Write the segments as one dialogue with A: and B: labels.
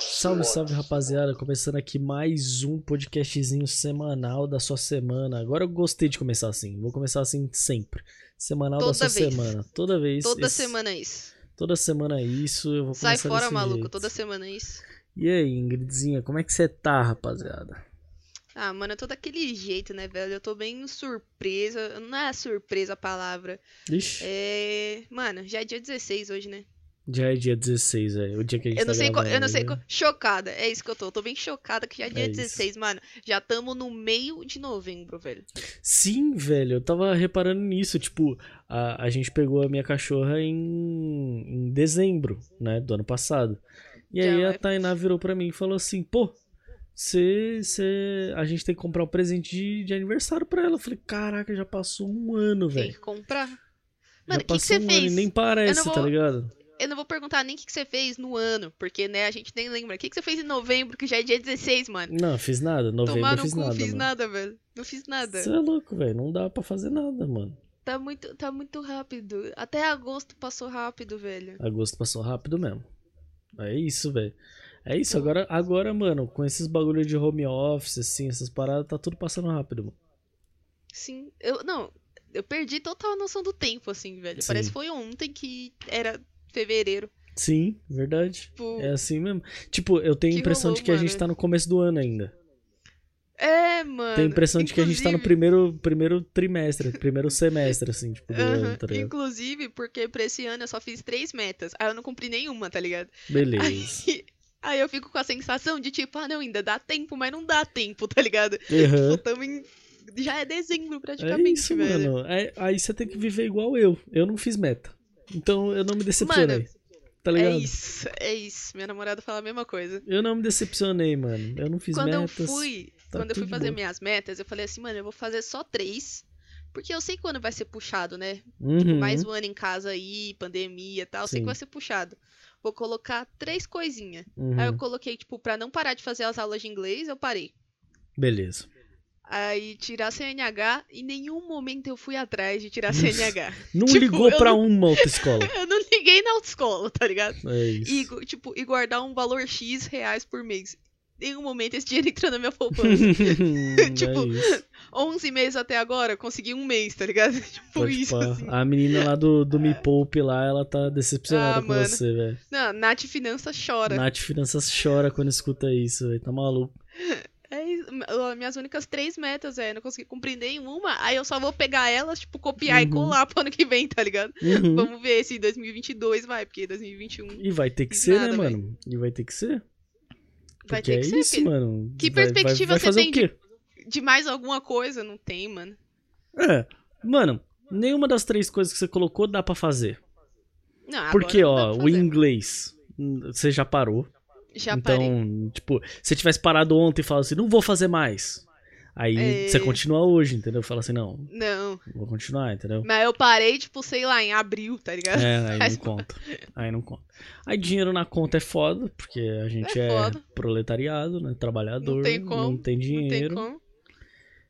A: Salve, salve rapaziada, começando aqui mais um podcastzinho semanal da sua semana. Agora eu gostei de começar assim, vou começar assim sempre. Semanal
B: Toda
A: da sua
B: vez.
A: semana, toda vez.
B: Toda
A: esse-
B: semana é isso.
A: Toda semana é isso, eu vou
B: Sai
A: começar
B: fora,
A: desse
B: maluco.
A: jeito.
B: Toda semana é isso.
A: E aí, Ingridzinha, como é que você tá, rapaziada?
B: Ah, mano, eu tô daquele jeito, né, velho? Eu tô bem surpresa. Não é surpresa a palavra.
A: Ixi,
B: É. Mano, já é dia 16 hoje, né?
A: já é dia 16, velho, o dia que a gente
B: Eu
A: tá
B: não sei qual.
A: gravando,
B: Eu não sei
A: né?
B: qual. Chocada. É isso que eu tô. Eu tô bem chocada que já é dia
A: É isso.
B: 16, mano. Já tamo no meio de novembro, velho.
A: Sim, velho, eu tava reparando nisso. Tipo, a, a gente pegou a minha cachorra em, em dezembro, né, do ano passado. E
B: Já
A: aí a
B: vai-
A: Tainá virou pra mim e falou assim: pô, cê, cê, a gente tem que comprar um presente de, de aniversário pra ela. Eu falei: caraca, já passou um ano,
B: Tem
A: velho.
B: que comprar.
A: Já
B: Mano, o que que
A: passou
B: você
A: um ano e
B: fez?
A: nem parece,
B: Eu não
A: tá
B: vou-
A: ligado?
B: Eu não vou perguntar nem o que, que você fez no ano, porque, né, a gente nem lembra. O que, que você fez em novembro, que já é dia 16, mano?
A: Não, fiz nada. Novembro
B: Tomar
A: eu
B: no
A: fiz
B: cu,
A: nada.
B: fiz
A: mano.
B: nada, velho. Não fiz nada.
A: Você é louco, velho. Não dá pra fazer nada, mano.
B: Tá muito, tá muito rápido. Até agosto passou rápido, velho.
A: Agosto passou rápido mesmo. É isso, velho. É isso,
B: Pô.
A: agora, agora, mano, com esses bagulho de home office, assim, essas paradas, tá tudo passando rápido, mano.
B: Sim, eu não, eu perdi total a noção do tempo assim, velho.
A: Sim.
B: Parece que foi ontem que era fevereiro.
A: Sim, verdade.
B: Tipo,
A: É assim mesmo. Tipo, eu tenho a
B: Que
A: impressão
B: rolou,
A: de que a gente
B: mano?
A: tá no começo do ano ainda.
B: é, mano.
A: Tenho a impressão de que a gente tá no
B: inclusive-
A: primeiro, primeiro trimestre, primeiro semestre, assim, tipo, do ano,
B: Aham,
A: tá ligado?
B: inclusive, porque pra esse ano eu só fiz três metas. Aí eu não cumpri nenhuma, tá ligado?
A: Beleza.
B: Aí eu fico com a sensação de tipo, ah, não, ainda dá tempo, mas não dá tempo, tá ligado?
A: Aham.
B: Tipo, tamo em... Já é dezembro
A: É
B: praticamente,
A: isso,
B: velho.
A: mano. É- aí você tem que viver igual eu. Eu não fiz meta. Então eu não me decepcionei.
B: Mano,
A: tá
B: É
A: ligado?
B: isso, é isso. Minha namorada fala a mesma coisa.
A: Eu não me decepcionei, mano. Eu não fiz
B: quando
A: metas.
B: eu fui,
A: tá
B: quando eu fui
A: tudo
B: fazer
A: bom.
B: minhas metas, eu falei assim, mano, eu vou fazer só três. Porque eu sei quando vai ser puxado, né?
A: Uhum.
B: Mais um ano em casa aí, pandemia e tal, eu sei
A: Sim.
B: que vai ser puxado. Vou colocar três coisinhas.
A: Uhum.
B: Aí eu coloquei, tipo, pra não parar de fazer as aulas de inglês, eu parei.
A: Beleza.
B: Aí tirar CNH, em nenhum momento eu fui atrás de tirar CNH.
A: Não
B: Tipo,
A: ligou
B: eu
A: pra
B: não-
A: uma autoescola.
B: eu não liguei na autoescola, tá ligado?
A: É isso.
B: E, gu- tipo, e guardar um valor X reais por mês. Em nenhum momento esse dinheiro entrou na minha poupança. Tipo,
A: é isso.
B: 11 meses até agora, consegui um mês, tá ligado? Tipo
A: Pode
B: isso,
A: pá.
B: assim.
A: A menina lá do, do Me Poupe lá, ela tá decepcionada
B: Ah,
A: com
B: mano.
A: você, velho.
B: Não, Nath Finanças chora.
A: Nath Finanças chora quando escuta isso, velho. Tá maluco.
B: É isso. M- ó, minhas únicas três metas é, não consegui cumprir nenhuma, aí eu só vou pegar elas, tipo, copiar e
A: Uhum.
B: colar pro ano que vem, tá ligado?
A: Uhum.
B: Vamos ver se em 2022 vai, porque 2021
A: E vai ter que
B: Fiz
A: ser, né,
B: nada, véi.
A: mano? E vai ter que ser.
B: vai
A: Porque
B: ter que
A: é
B: ser.
A: isso,
B: filho.
A: mano.
B: Que
A: Vai- vai-
B: perspectiva
A: vai
B: você
A: fazer
B: tem
A: o quê?
B: De mais alguma coisa, não tem, mano.
A: É, mano, nenhuma das três coisas que você colocou dá pra fazer.
B: Não, agora
A: Porque,
B: não dá
A: ó,
B: pra
A: o
B: fazer.
A: inglês, hum, você já parou.
B: Já
A: então,
B: parei.
A: tipo, se você tivesse parado ontem e falado assim, não vou fazer mais. Aí
B: É.
A: você continua hoje, entendeu? Fala assim, não,
B: Não,
A: vou continuar, entendeu?
B: mas eu parei, tipo, sei lá, em abril, tá ligado?
A: É, aí não
B: Mas-
A: conta. Aí não conta. Aí dinheiro na conta é foda, porque a gente é,
B: É foda.
A: proletariado, né? Trabalhador, não tem,
B: tem como, Não tem
A: dinheiro.
B: como.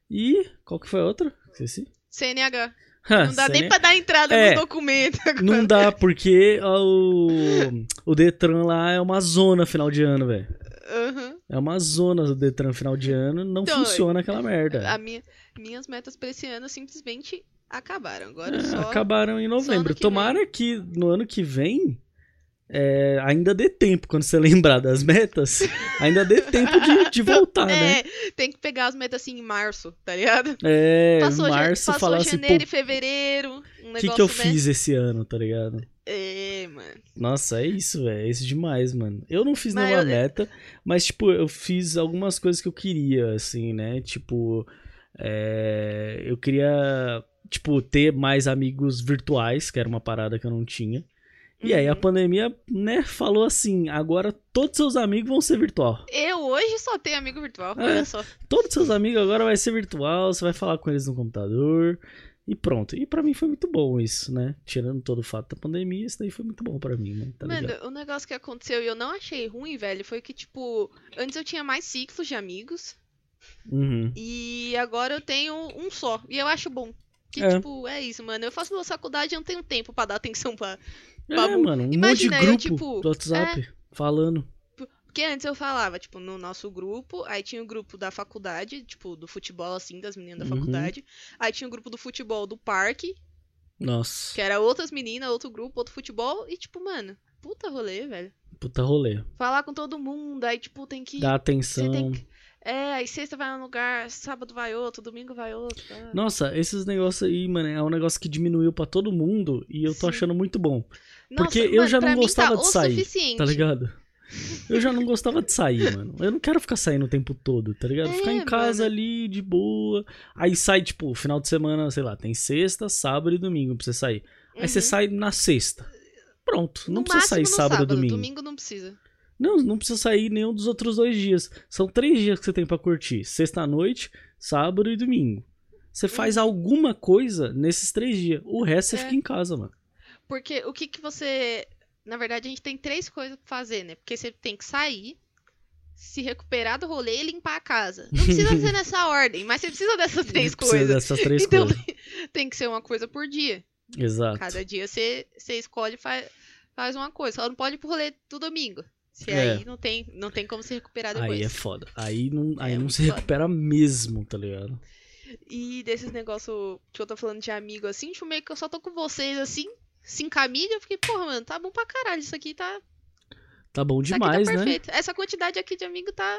A: E qual que foi a outra? Esqueci.
B: CNH.
A: Ah,
B: Não dá nem
A: CNH.
B: pra dar entrada
A: É.
B: no documento agora.
A: Não dá, porque ó, o, o Detran lá é uma zona final de ano, velho.
B: Aham.
A: É uma zona do Detran final de ano, não
B: Então,
A: funciona aquela merda.
B: A minha, minhas metas pra esse ano simplesmente acabaram. Agora
A: É,
B: só.
A: acabaram em novembro.
B: ano que
A: Tomara que no ano que vem é, ainda dê tempo, quando você lembrar das metas, ainda dê tempo de, de voltar, né?
B: é, tem que pegar as metas assim em março, tá ligado?
A: É,
B: passou ja-
A: março
B: passou
A: falar assim, pô,
B: janeiro e fevereiro. Um
A: o que,
B: negócio,
A: que eu
B: né?
A: fiz esse ano, tá ligado?
B: É, mano.
A: Nossa, é isso, velho. É isso demais, mano. Eu não fiz
B: Mas
A: nenhuma
B: eu-
A: meta, mas, tipo, eu fiz algumas coisas que eu queria, assim, né? Tipo, é, eu queria, tipo, ter mais amigos virtuais, que era uma parada que eu não tinha. E aí a
B: Uhum.
A: pandemia, né, falou assim: agora todos seus amigos vão ser virtual.
B: Eu hoje só tenho amigo virtual,
A: É.
B: olha só.
A: Todos seus amigos agora vai ser virtual, você vai falar com eles no computador. E pronto. E pra mim foi muito bom isso, né? Tirando todo o fato da pandemia, isso daí foi muito bom pra mim, né? Tá
B: Mano,
A: ligado?
B: o negócio que aconteceu e eu não achei ruim, velho, foi que, tipo, antes eu tinha mais ciclos de amigos
A: Uhum.
B: e agora eu tenho um só. E eu acho bom. Que,
A: É.
B: tipo, é isso, mano. Eu faço minha faculdade e não tenho tempo pra dar atenção pra
A: É,
B: Babu.
A: mano, um
B: Imagina,
A: monte de
B: eu,
A: grupo
B: tipo,
A: do WhatsApp falando.
B: Porque antes eu falava, tipo, no nosso grupo, aí tinha o grupo da faculdade, tipo, do futebol, assim, das meninas da
A: Uhum.
B: faculdade. Aí tinha o grupo do futebol do parque,
A: Nossa,
B: que é- era outras meninas, outro grupo, outro futebol. E, tipo, mano, puta rolê, velho.
A: puta rolê.
B: Falar com todo mundo, aí, tipo, tem que.
A: Dá
B: Você
A: atenção.
B: tem que... É, aí sexta vai num lugar, sábado vai outro, domingo vai outro. ah.
A: Nossa, esses negócios aí, mano, é um negócio que diminuiu pra todo mundo e eu tô
B: Sim.
A: achando muito bom.
B: Nossa,
A: porque eu já
B: pra
A: não
B: mim
A: gostava
B: tá
A: de sair,
B: O suficiente.
A: Tá ligado? Eu já não gostava de sair, mano. Eu não quero ficar saindo o tempo todo, tá ligado?
B: É,
A: Ficar em casa
B: mano.
A: ali, de boa. Aí sai, tipo, final de semana, sei lá, tem sexta, sábado e domingo pra você sair. Aí você
B: Uhum.
A: sai na sexta. Pronto, não
B: No
A: precisa sair
B: máximo no
A: sábado, domingo.
B: Domingo não precisa.
A: Não, não precisa sair nenhum dos outros dois dias. São três dias que você tem pra curtir: sexta à noite, sábado e domingo. Você faz alguma coisa nesses três dias. O resto você
B: Hum. É.
A: fica em casa, mano.
B: Porque o que que você. Na verdade, a gente tem três coisas pra fazer, né? Porque você tem que sair, se recuperar do rolê e limpar a casa. Não precisa ser nessa ordem, mas você precisa dessas três
A: Precisa
B: coisas.
A: dessas três
B: então
A: coisas.
B: tem que ser uma coisa por dia.
A: Exato.
B: Cada dia você, você escolhe e faz, faz uma coisa. Só não pode ir pro rolê do domingo. Se
A: É.
B: aí não tem, não tem como se recuperar depois.
A: Aí é foda. Aí não, aí
B: É
A: não
B: muito
A: se
B: foda.
A: recupera mesmo, tá ligado?
B: E desses negócios que eu tô falando de amigo assim, tipo, meio que eu só tô com vocês assim, cinco amigos, eu fiquei, porra, mano, tá bom pra caralho. Isso aqui tá.
A: Tá bom
B: isso aqui
A: demais,
B: tá
A: né?
B: perfeito. Essa quantidade aqui de amigo tá.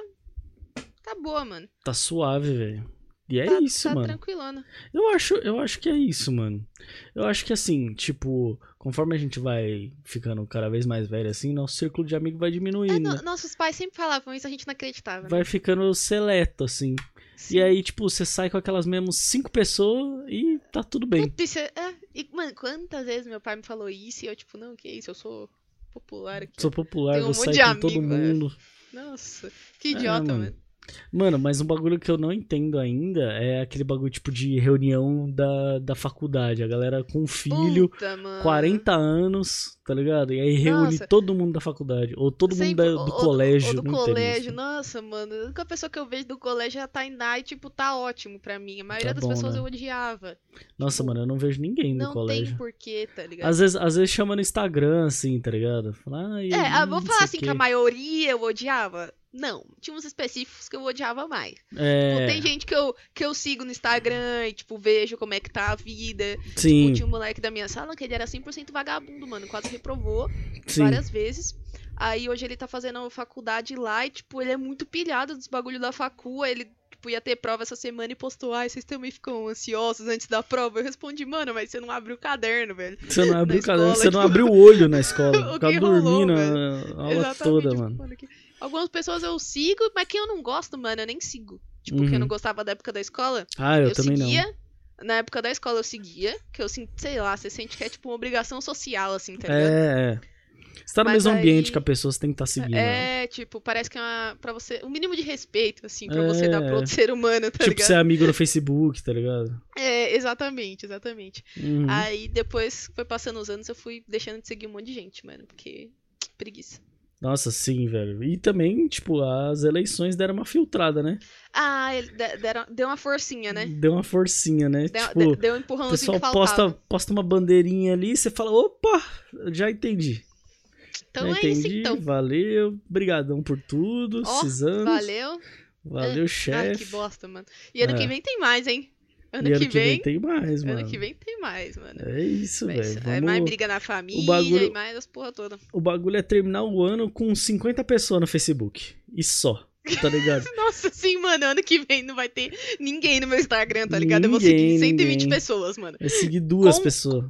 B: Tá boa, mano.
A: Tá suave, velho. E é
B: tá
A: isso,
B: tá
A: mano.
B: tranquilona.
A: Eu acho, eu acho que é isso, mano. Eu acho que assim, tipo, conforme a gente vai ficando cada vez mais velho assim, nosso círculo de amigo vai diminuindo.
B: É, no-
A: né?
B: nossos pais sempre falavam isso, a gente não acreditava. né?
A: Vai ficando seleto, assim.
B: Sim.
A: E aí, tipo, você sai com aquelas mesmas cinco pessoas e tá tudo bem.
B: Puta, isso é- é. E, mano, quantas vezes meu pai me falou isso e eu, tipo, não, que isso, eu sou popular aqui.
A: Sou popular,
B: Tem um
A: vou
B: monte
A: sair
B: de
A: com todo
B: amigo, é.
A: mundo.
B: Nossa, que idiota,
A: É, mano.
B: mano.
A: Mano, mas um bagulho que eu não entendo ainda é aquele bagulho, tipo, de reunião da, da faculdade. A galera com um filho,
B: Puta, mano.
A: 40 anos, tá ligado? E aí reúne
B: Nossa.
A: todo mundo da faculdade. Ou todo mundo
B: Sempre-
A: da-
B: ou-
A: do
B: ou-
A: colégio.
B: Ou do
A: não entendo
B: colégio,
A: isso.
B: nossa, mano. A única pessoa que eu vejo do colégio é a Tainá e, tipo, tá ótimo pra mim. A maioria
A: Tá
B: das
A: bom,
B: pessoas
A: né?
B: eu odiava.
A: Nossa, mano, eu não vejo ninguém do
B: Não
A: colégio.
B: tem porquê, tá ligado?
A: Às vezes, às vezes chama no Instagram, assim, tá ligado? Fala, ah, e
B: É,
A: aí,
B: ah, vou
A: não
B: falar
A: sei
B: assim
A: o
B: que a
A: quê.
B: maioria eu odiava. Não, tinha uns específicos que eu odiava mais. Tipo,
A: É,
B: tem gente que eu, que eu sigo no Instagram e, tipo, vejo como é que tá a vida.
A: sim,
B: Tipo, tinha um moleque da minha sala que ele era 100% vagabundo, mano. Quase reprovou
A: sim.
B: várias vezes. Aí hoje ele tá fazendo faculdade lá e, tipo, ele é muito pilhado dos bagulho da facu. aí Ele, tipo, ia ter prova essa semana e postou, ai, vocês também ficam ansiosos antes da prova. Eu respondi, mano, mas você não abriu o caderno, velho.
A: Você não abriu, o
B: escola,
A: caderno, você não
B: tipo-
A: abriu o olho na escola.
B: O
A: Ficava
B: que rolou,
A: dormindo
B: velho?
A: a aula toda,
B: tipo,
A: mano.
B: que- Algumas pessoas eu sigo, mas quem eu não gosto, mano, eu nem sigo. Tipo, que
A: Uhum.
B: eu não gostava da época da escola.
A: Ah, eu, também
B: seguia.
A: não.
B: Na época da escola eu seguia, que eu sinto, sei lá, você sente que é tipo uma obrigação social, assim, tá ligado?
A: É, é. Você tá no
B: Mas
A: mesmo ambiente
B: aí-
A: que a pessoa, você tem que estar seguindo. né? ela.
B: É, tipo, parece que é uma. Pra você. Um mínimo de respeito, assim, pra
A: É.
B: você dar pro outro ser humano, tá
A: tipo,
B: ligado?
A: você é amigo no Facebook, tá ligado?
B: É, exatamente, exatamente.
A: Uhum.
B: Aí depois que foi passando os anos, eu fui deixando de seguir um monte de gente, mano. Porque. Preguiça.
A: Nossa, sim, velho. E também, tipo, as eleições deram uma filtrada, né?
B: Ah, ele de- deram, deu uma forcinha, né?
A: Deu uma forcinha, né?
B: Deu,
A: tipo,
B: de- deu um
A: o
B: empurrãozinho
A: pessoal
B: que faltava.
A: posta, posta uma bandeirinha ali e você fala, opa, já entendi.
B: então
A: já
B: é
A: entendi,
B: isso então.
A: valeu, brigadão por tudo,
B: Ó,
A: esses anos.
B: Valeu.
A: Valeu,
B: Ai, que
A: chefe.
B: bosta, mano. E ano
A: É.
B: que vem tem mais, hein? Ano,
A: E
B: que, vem,
A: tem mais, mano.
B: Ano que vem tem mais, mano.
A: É isso,
B: Mas
A: velho.
B: é
A: Vamos...
B: mais briga na família
A: bagulho-
B: e mais as porra toda.
A: O bagulho é terminar o ano com 50 pessoas no Facebook. E só. Tá ligado?
B: Nossa, sim, mano, ano que vem não vai ter ninguém no meu Instagram, tá ligado? Eu vou
A: Ninguém,
B: seguir 120
A: ninguém.
B: pessoas, mano.
A: É seguir duas
B: Com-
A: pessoas.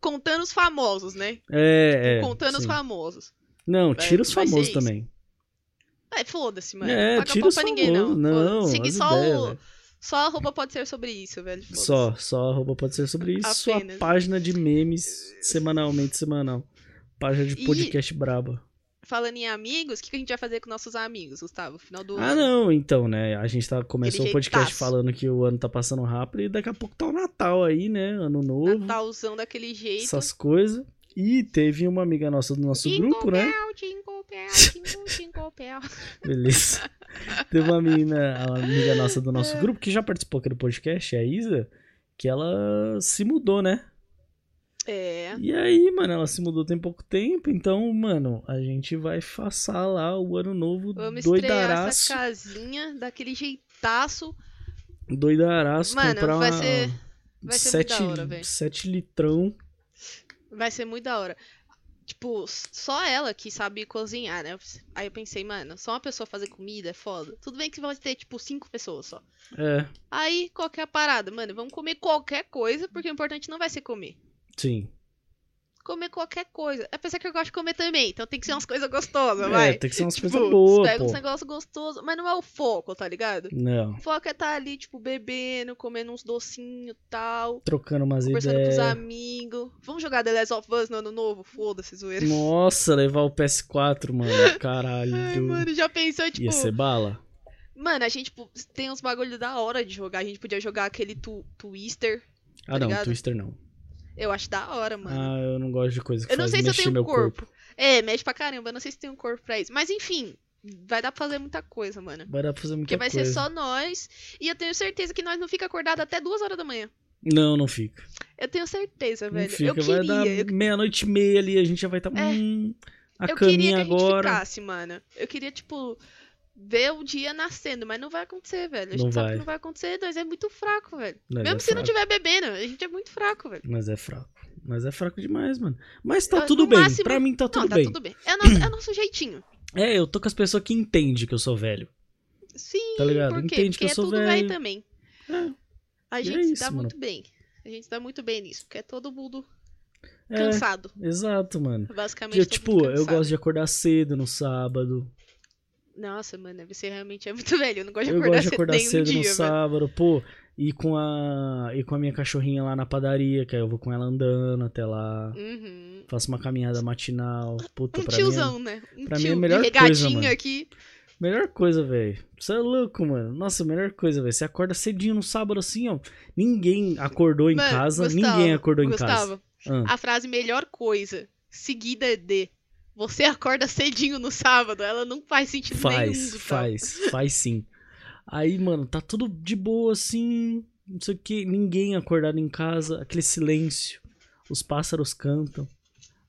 B: Contando os famosos, né?
A: É, é.
B: Contando os
A: sim.
B: famosos.
A: Não,
B: Vai-
A: tira os
B: vai ser
A: famosos
B: isso.
A: também.
B: É, foda-se, mano.
A: é,
B: não paga
A: tira
B: pau
A: os
B: pra
A: famosos.
B: ninguém, não.
A: não
B: Foda-se. Seguir
A: as
B: só
A: ideias,
B: o.
A: velho.
B: Só a roupa pode ser sobre isso, velho. foda-se.
A: Só, só arroba pode ser sobre isso. Sua
B: Apenas.
A: página de memes semanalmente, semanal. Página de
B: E-
A: podcast braba.
B: Falando em amigos, o que que a gente vai fazer com nossos amigos, Gustavo? Final do
A: Ah,
B: ano.
A: não, então, né? A gente tá, começou o
B: Aquele
A: podcast
B: jeitaço.
A: falando que o ano tá passando rápido e daqui a pouco tá o Natal aí, né? Ano novo,
B: Natalzão Tá, daquele jeito.
A: essas coisas. E teve uma amiga nossa do nosso
B: Jingle
A: grupo, né?
B: bell, jingle bell, jingle, jingle bell.
A: Beleza. Teve uma menina, uma amiga nossa do nosso grupo, que já participou aqui do podcast, a Isa, que ela se mudou, né?
B: É.
A: E aí, mano, ela se mudou tem pouco tempo, então, mano, a gente vai passar lá o ano novo
B: Vamos estrear
A: doidaraço.
B: essa casinha daquele jeitaço.
A: Doidaraço,
B: Mano,
A: comprar
B: vai ser- vai ser muito
A: sete,
B: da hora, velho.
A: sete litrão.
B: Vai ser muito da hora. Tipo, s- só ela que sabe cozinhar, né? Aí eu pensei, mano, só uma pessoa fazer comida é foda. Tudo bem que vai ter, tipo, cinco pessoas só.
A: É,
B: Aí, qualquer parada, mano, vamos comer qualquer coisa, porque o importante não vai ser comer.
A: sim.
B: Comer qualquer coisa. Apesar que eu gosto de comer também, então tem que ser umas coisas gostosas,
A: É,
B: vai.
A: tem que ser umas
B: Tipo,
A: coisas boas,
B: pega uns
A: pô.
B: negócios gostosos, mas não é o foco, tá ligado?
A: Não,
B: O foco é tá ali, tipo, bebendo, comendo uns docinhos e tal,
A: trocando umas
B: conversando com
A: ideias.
B: os amigos. Vamos jogar The Last of Us no ano novo? Foda-se, zoeira.
A: Nossa, levar o PS4, mano. Caralho.
B: Ai, mano, já pensou, tipo.
A: Ia ser bala.
B: Mano, a gente tipo, tem uns bagulho da hora de jogar. A gente podia jogar aquele tu- Twister.
A: Ah,
B: tá
A: não,
B: ligado?
A: Twister não.
B: Eu acho da hora, mano.
A: Ah, eu não gosto de coisa que
B: Eu não
A: faz
B: sei se eu
A: mexer
B: tenho
A: meu corpo.
B: corpo. É, mexe pra caramba. Eu não sei se tem um corpo pra isso. Mas enfim, vai dar pra fazer muita coisa, mano.
A: Vai dar pra fazer muita
B: Porque vai
A: coisa.
B: ser só nós. E eu tenho certeza que nós não fica acordado até duas horas da manhã.
A: Não, não fica.
B: Eu tenho certeza,
A: Não
B: velho.
A: fica.
B: Tá eu
A: vai dar
B: queria. Eu,
A: meia-noite e meia ali, a gente já vai estar. Tá,
B: É.
A: hum, a
B: eu queria
A: caminha
B: que a gente
A: agora.
B: ficasse, mano. Eu queria, tipo, ver o dia nascendo. Mas não vai acontecer, velho. A gente
A: Não
B: sabe
A: vai.
B: que não vai acontecer. Nós é muito fraco, velho.
A: Mas
B: Mesmo
A: é
B: se não
A: fraco.
B: tiver bebendo, a gente é muito fraco, velho.
A: Mas é fraco. Mas é fraco demais, mano. Mas tá
B: Ah,
A: tudo
B: no
A: bem.
B: máximo-
A: Pra mim tá tudo
B: não, tá
A: bem.
B: tudo bem. É o nosso, é o nosso jeitinho.
A: É, eu tô com as pessoas que entendem que eu sou velho.
B: Sim,
A: Tá ligado?
B: por quê?
A: Entende
B: porque
A: que eu
B: é
A: sou
B: tudo bem
A: velho.
B: também.
A: É,
B: A
A: E
B: gente
A: é
B: se
A: isso,
B: dá
A: mano.
B: muito bem. A gente se dá muito bem nisso, porque é todo mundo
A: é,
B: cansado.
A: exato, mano.
B: Basicamente,
A: Eu,
B: todo
A: tipo,
B: mundo
A: eu
B: tá cansado.
A: gosto de acordar cedo no sábado.
B: Nossa, mano, você realmente é muito velho. Eu não gosto de
A: Eu
B: acordar,
A: gosto de acordar
B: cedo, nem um
A: cedo no
B: dia, mano.
A: sábado, pô. E com a e com a minha cachorrinha lá na padaria, que aí eu vou com ela andando até lá.
B: Uhum.
A: Faço uma caminhada matinal. Puta,
B: Um
A: pra mim. é
B: tiozão, né? Um
A: pra mim é a
B: tio
A: melhor
B: de
A: coisa,
B: regatinho
A: mano.
B: aqui.
A: É a melhor coisa, velho. Você é louco, mano. Nossa, a melhor coisa, velho. Você acorda cedinho no sábado assim, ó. Ninguém acordou em
B: Mano,
A: casa.
B: Gustavo,
A: ninguém acordou em casa.
B: Gustavo,
A: Ah,
B: a frase melhor coisa, seguida de você acorda cedinho no sábado, ela não faz sentido nenhum,
A: faz,
B: Gustavo.
A: faz, faz sim. Aí, mano, tá tudo de boa assim. Não sei o que. Ninguém acordado em casa. Aquele silêncio. Os pássaros cantam.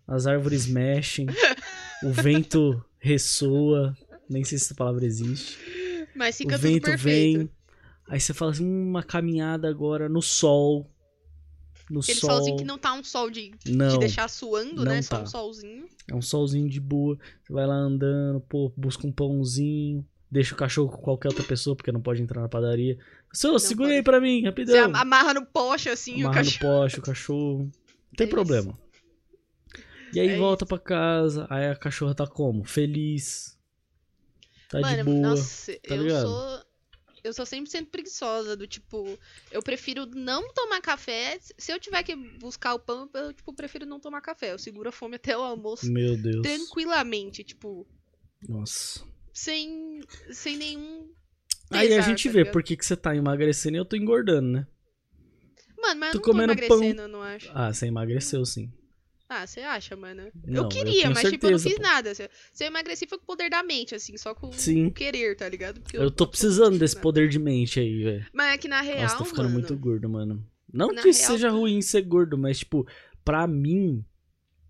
A: As árvores mexem. o vento ressoa. Nem sei se essa palavra existe.
B: Mas fica
A: o
B: tudo
A: vento
B: perfeito.
A: vem. Aí você fala assim, "Hum, uma caminhada agora no sol. No
B: Aquele
A: sol.
B: solzinho que não tá um sol de, de
A: Não,
B: deixar suando, né?
A: não
B: Só um
A: tá.
B: solzinho.
A: é um solzinho de boa. Você vai lá andando, pô, busca um pãozinho. Deixa o cachorro com qualquer outra pessoa, porque não pode entrar na padaria. Seu, segura aí
B: pode.
A: pra mim,
B: Você
A: rapidão.
B: am- amarra no poste assim o
A: Amarra no
B: cachorro.
A: poste, o cachorro. Não tem
B: É
A: problema. E aí
B: É
A: volta pra casa, aí a cachorra tá como? Feliz. Tá
B: Mano,
A: de boa. tá
B: nossa, eu
A: ligado?
B: sou. Eu sou 100% preguiçosa, do tipo, eu prefiro não tomar café. Se eu tiver que buscar o pão, eu, tipo, prefiro não tomar café. Eu seguro a fome até o almoço
A: Meu Deus.
B: tranquilamente, tipo,
A: Nossa.
B: sem, sem nenhum.
A: Aí a
B: pesar,
A: gente
B: tá
A: vê
B: ligado?
A: por que, que você tá emagrecendo e eu tô engordando, né?
B: Mano, mas
A: tu
B: eu não tô
A: comendo
B: emagrecendo, eu não acho.
A: Ah, você emagreceu sim.
B: Ah, você acha, mano?
A: Não,
B: eu
A: eu
B: queria,
A: tenho
B: mas tipo, eu não
A: certeza,
B: fiz
A: pô.
B: nada. Se eu- se eu emagreci foi com o poder da mente, assim, só com
A: Sim.
B: o querer, tá ligado? Porque
A: Eu tô
B: não
A: precisando
B: fiz
A: desse
B: nada.
A: poder de mente aí, velho.
B: Mas é que na real,
A: Nossa, tô ficando
B: mano,
A: muito gordo, mano. Não
B: Na
A: que
B: real- tá.
A: seja ruim ser gordo, mas, tipo, pra mim,